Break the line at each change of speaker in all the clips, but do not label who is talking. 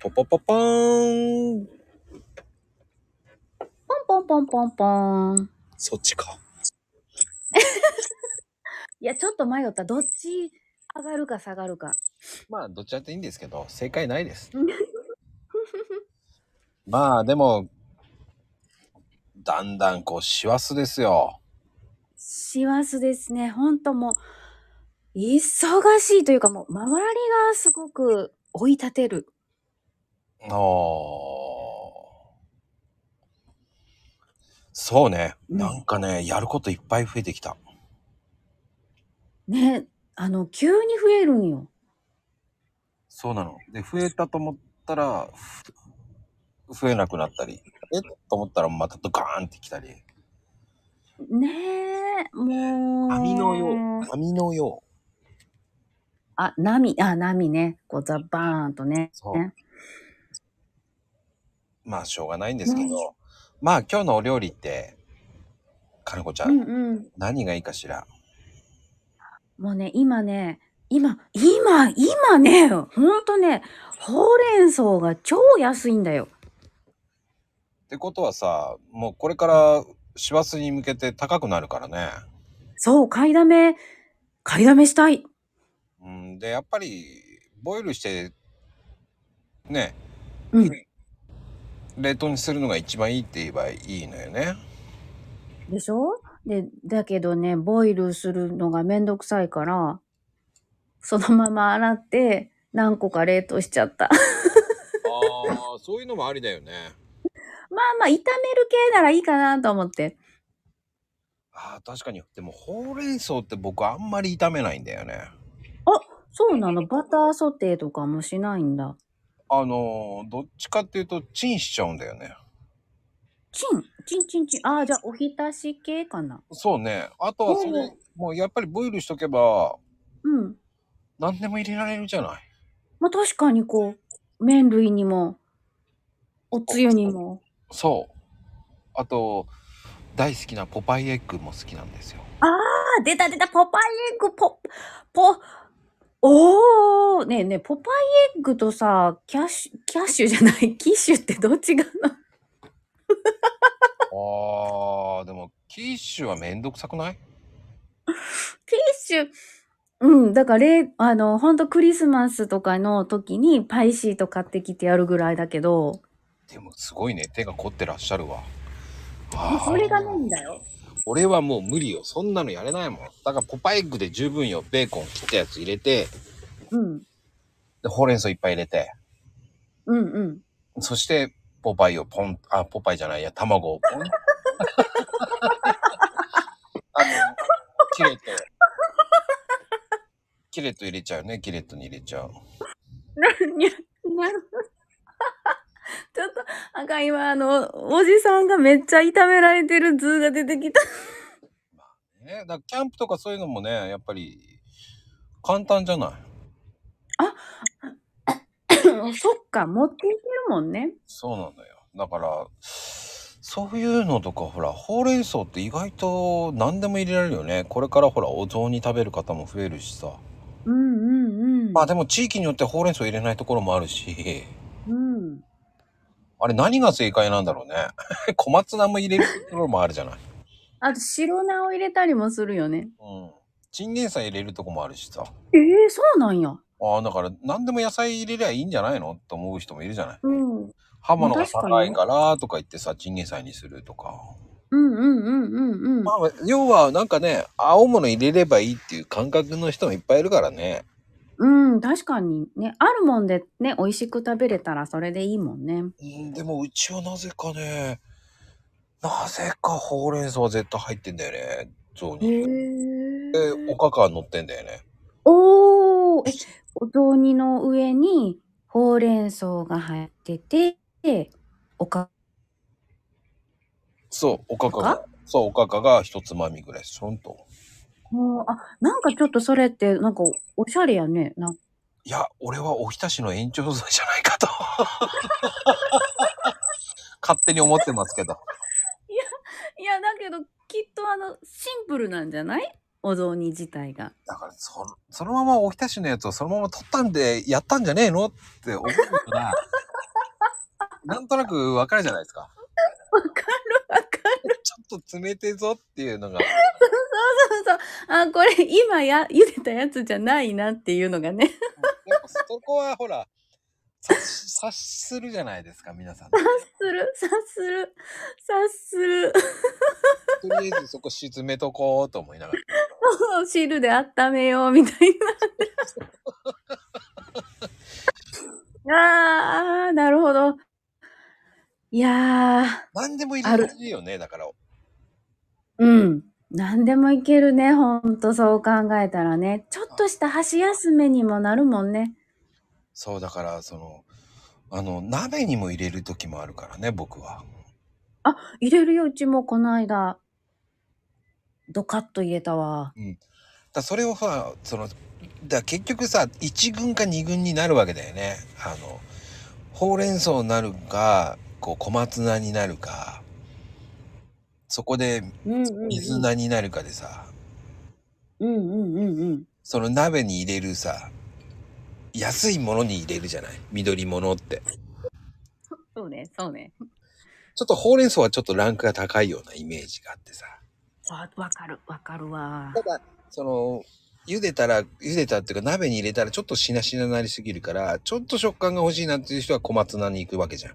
ポポポポーン。
ポンポンポンポンポン。
そっちか。
いや、ちょっと迷った。どっち上がるか下がるか。
まあ、どっちだっていいんですけど、正解ないです。 まあ、でも、だんだんこう、師走ですよ。
師走ですね。ほんともう、忙しいというかもう、周りがすごく追い立てる。
おそうね、
うん
なんかね、やることいっぱい増えてきた。
ね。あの、急に増えるんよ。
そうなの。で、増えたと思ったら、ふ増えなくなったり、えと思ったらまたドカーンってきたり、
ねえ、もう。
網のよう、網のよう。
あ、波、あ、波ね。こう、ザバーンとね。
そう
ね
まあ、しょうがないんですけど、まあ、今日のお料理って、かなこちゃん、
うんうん。
何がいいかしら。
もうね、今ね、今、今、今ね、ほんとね、ほうれん草が超安いんだよ。
ってことはさ、もうこれから師走に向けて高くなるからね。
そう、買いだめ、買いだめしたい。
うん、でやっぱりボイルしてね
うん。
冷凍にするのが一番いいって言えばいいのよね
でしょで、だけどね、ボイルするのがめんどくさいから、そのまま洗って、何個か冷凍しちゃった。
ああそういうのもありだよね
まあまあ、炒める系ならいいかなと思って。
あー確かにでもほうれん草って僕あんまり炒めないんだよね
そうなの、バターソテーとかもしないんだ。
あのーどっちかっていうとチンしちゃうんだよね
チン、チンチンチン。ああ、じゃあ、おひたし系かな。
そうねあとはそれ、
うん
もうやっぱりボイルしとけば
うん。
何でも入れられるじゃない
まあ、確かにこう、麺類にも、おつゆにも。
そうあと大好きなポパイエッグも好きなんですよ
あ、出た出た、ポパイエッグ、ポ、ポ、おおねえねえ、ポパイエッグとさ、キャッシュ、キャッシュじゃない、 キッシュってどっちがな
あーでもキッシュはめんどくさくない
キッシュ、うん、だかられ、あの、ほんとクリスマスとかの時にパイシート買ってきてやるぐらいだけど、
でもすごいね手が凝ってらっしゃるわ
もうそれが
あー
ないんだよ。
俺はもう無理よそんなのやれないもんだからポパエッグで十分よベーコン切ったやつ入れて
うん、
でほうれん草いっぱい入れて
うん、うん。
そしてポパイをポンあポパイじゃないや卵をポン あのキレットキレット入れちゃうねキレットに入れちゃう
いや、なるほどちょっと、あかん、今、あの、おじさんがめっちゃ炒められてる図が出てきた。
ねだからキャンプとかそういうのもねやっぱり簡単じゃない
そっか、持っていけるもんね。
そうなんだよ。だから、そういうのとか、ほら、ほうれん草って意外と何でも入れられるよね。これからほら、お雑煮食べる方も増えるしさ。
うんうんうん。
まあでも地域によってほうれん草入れないところもあるし、
うん。
あれ何が正解なんだろうね。 小松菜も入れるところもあるじゃない。
あと、白菜を入れたりもするよね。
うん。チンゲン菜入れるとこもあるしさ。
ええそうなんや。
ああ、だから何でも野菜入れりゃいいんじゃないのと思う人もいるじゃない。
うん。うん
刃物が
確か
高い
に
からとか言ってさ、チンゲン菜にするとか。
うんうんうんうん。
まあ、要はなんかね、青物入れればいいっていう感覚の人もいっぱいいるからね。
うん、確かにね、あるもんでね、美味しく食べれたらそれでいいもんね。
うん、でもうちはなぜかね、なぜかほうれん草は絶対入ってんだよね、雑
へ
煮。
え
で、おかか乗ってんだよね。
おーえ、お雑煮の上にほうれん草が入ってて、おか、
そう、おかか
お
が。そう、おかかが一つまみぐらい、そんと。
もうあ、なんかちょっとそれって、なんかおしゃれやね。なんか
いや、俺はおひたしの延長剤じゃないかと。 勝手に思ってますけど。
いや、だけど、きっとあの、シンプルなんじゃないお雑煮自体が。
だからそ のそのままおひたしのやつをそのまま取ったんでやったんじゃねえのって思うからなんとなくわかるじゃないですか。
わかるわかる。
ちょっと冷てえぞっていうのが。
そうそうそう。あ、これ今や、茹でたやつじゃないなっていうのがね。
やっぱそこはほら、察し察するじゃないですか、皆さん。
する、察する、察する。
とりあえずそこ沈めとこうと思いながら。
汁で温めようみたいな。ああ、なるほど。いやー、
何でも入れられるよね、だから。
うん。何でもいけるね。ほんとそう考えたらね。ちょっとした箸休めにもなるもんね。
そう、だから、その、あの、鍋にも入れる時もあるからね、僕は。
入れるよ、うちもこの間。ドカッと入れたわ。
だそれをさそのだ結局さ1軍か2軍になるわけだよねあのほうれん草になるかこう小松菜になるかそこで
うんうん、
水菜になるかでさ、
うんうんうんうん。
その鍋に入れるさ安いものに入れるじゃない緑物って
そうね、そうね。
ちょっとほうれん草はちょっとランクが高いようなイメージがあってさ
わ、わかる、わかるわ。
ただその茹でたら茹でたっていうか鍋に入れたらちょっとしなしなになりすぎるからちょっと食感が欲しいなっていう人は小松菜に行くわけじゃん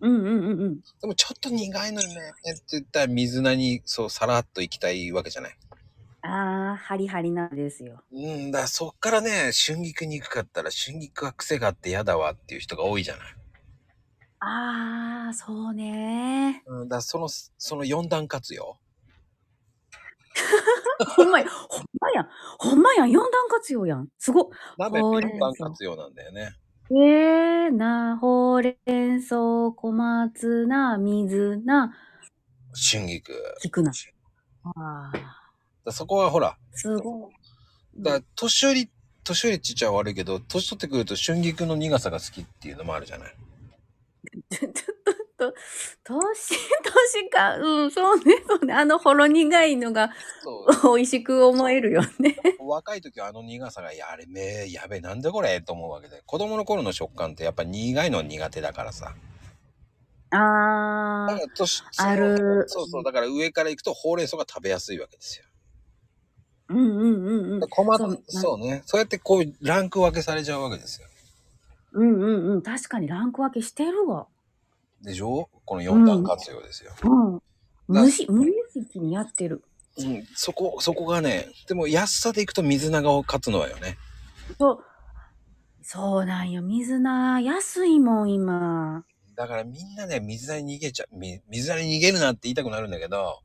うんうんうんうん。
でもちょっと苦いのよねって言ったら水菜にそうさらっといきたいわけじゃない。
ああ、ハリハリなんですよ。
うんだ、そっからね、春菊に行くかったら春菊は癖があって嫌だわっていう人が多いじゃない。
ああ、そうね。
うんだ、その、その4段活用。
ほんまや、ほんまやん、ほんまやん、四段活用やん。すごっ。
鍋って
ほうれん
4
草
段活用なんだよね。
ええな、ほうれん草、小松菜、水菜、
春菊。
菊菜。ああ、
だそこはほら、
すごい。
だ年寄り、年寄りちっちゃいは悪いけど、年取ってくると春菊の苦さが好きっていうのもあるじゃない。
ちょっと、年、年か、うん、そうね、そうね。あの、ほろ苦いのが、
そう。
美味しく思えるよね。
若い時はあの苦さが、やれめ、やべ、なんでこれと思うわけで。子供の頃の食感ってやっぱ苦いの苦手だからさ。
あ
だ
あ
か、ら年、
ある
そうそう、だから上から行くとほうれん草が食べやすいわけですよ。
うんうんうんうん。
困
そうな
る。そうね。そうやってこう、ランク分けされちゃうわけですよ。
うんうんうん。確かにランク分けしてるわ。
でしょこの4段活用ですよ。
うん。
な
無視、無意識にやってる。
うん、そこ、そこがね、でも安さで行くと水菜が勝つのはよね。
そう。そうなんよ。水菜、安いもん、今。
だからみんなね、水菜に逃げちゃう、み水菜に逃げるなって言いたくなるんだけど、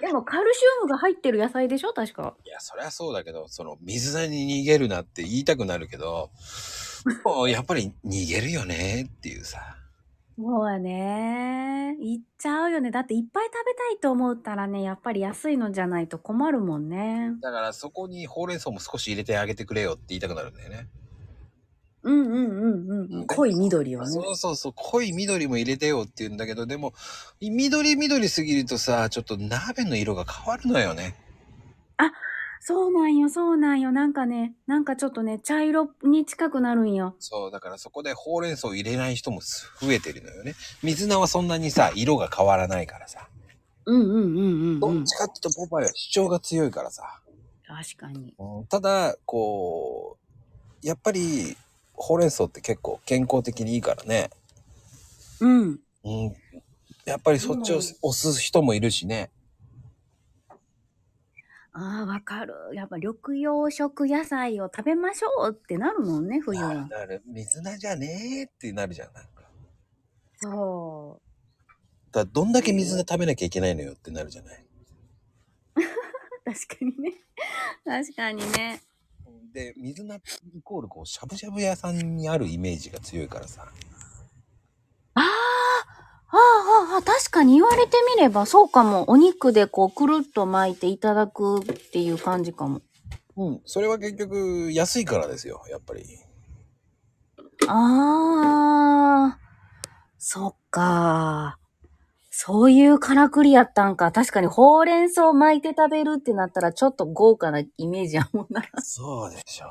でも、カルシウムが入ってる野菜でしょ確か。
いや、そりゃそうだけど、その、水菜に逃げるなって言いたくなるけど、もうやっぱり逃げるよねっていうさ。
そうやね。いっちゃうよね。だって、いっぱい食べたいと思ったらね、やっぱり安いのじゃないと困るもんね。
だからそこにほうれん草も少し入れてあげてくれよって言いたくなるんだよね。
うんうんうんうん。濃い緑をね。
そうそうそう、濃い緑も入れてよって言うんだけど、でも、緑緑すぎるとさ、ちょっと鍋の色が変わるのよね。
そうなんよ、そうなんよ。なんかね、なんかちょっとね、茶色に近くなるんよ。
そう、だからそこでほうれん草を入れない人も増えてるのよね。水菜はそんなにさ、色が変わらないからさ。
うんうんうんう
ど
ん、
っ
うん。
ちかっていうとポパイは主張が強いからさ。
確かに。
ただ、こう、やっぱり、ほうれん草って結構健康的にいいからね。
うん。
うん。やっぱりそっちを押す人もいるしね。
ああ、わかる。やっぱ緑養食野菜を食べましょうってなるもんね、冬
あ
は
あ。なる水菜じゃねえってなるじゃん。なんか
そ
だからどんだけ水菜食べなきゃいけないのよってなるじゃない。
う。確かにね。確かにね。
で水菜イコールこうしゃぶしゃぶ屋さんにあるイメージが強いからさ
あーあー、あーあー、確かに言われてみればそうかも。お肉でこう、くるっと巻いていただくっていう感じかも。
うんそれは結局安いからですよやっぱ り
ああ、そっか。そういうからくりやったんか。確かにほうれん草巻いて食べるってなったらちょっと豪華なイメージやもんな。
そうでしょ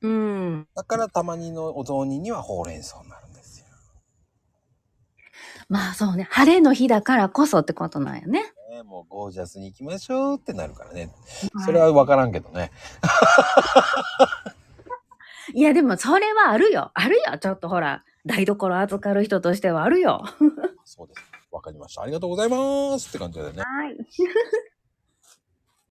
うん。
だからたまにのお雑煮にはほうれん草になるんですよ。
まあそうね。晴れの日だからこそってことなんやね。
ね、もうゴージャスに行きましょうってなるからね。それは分からんけどね。
いやでもそれはあるよ。あるよ。ちょっとほら、台所預かる人としてはあるよ。
そうです。分かりました。ありがとうございますって感じだよね。
はい。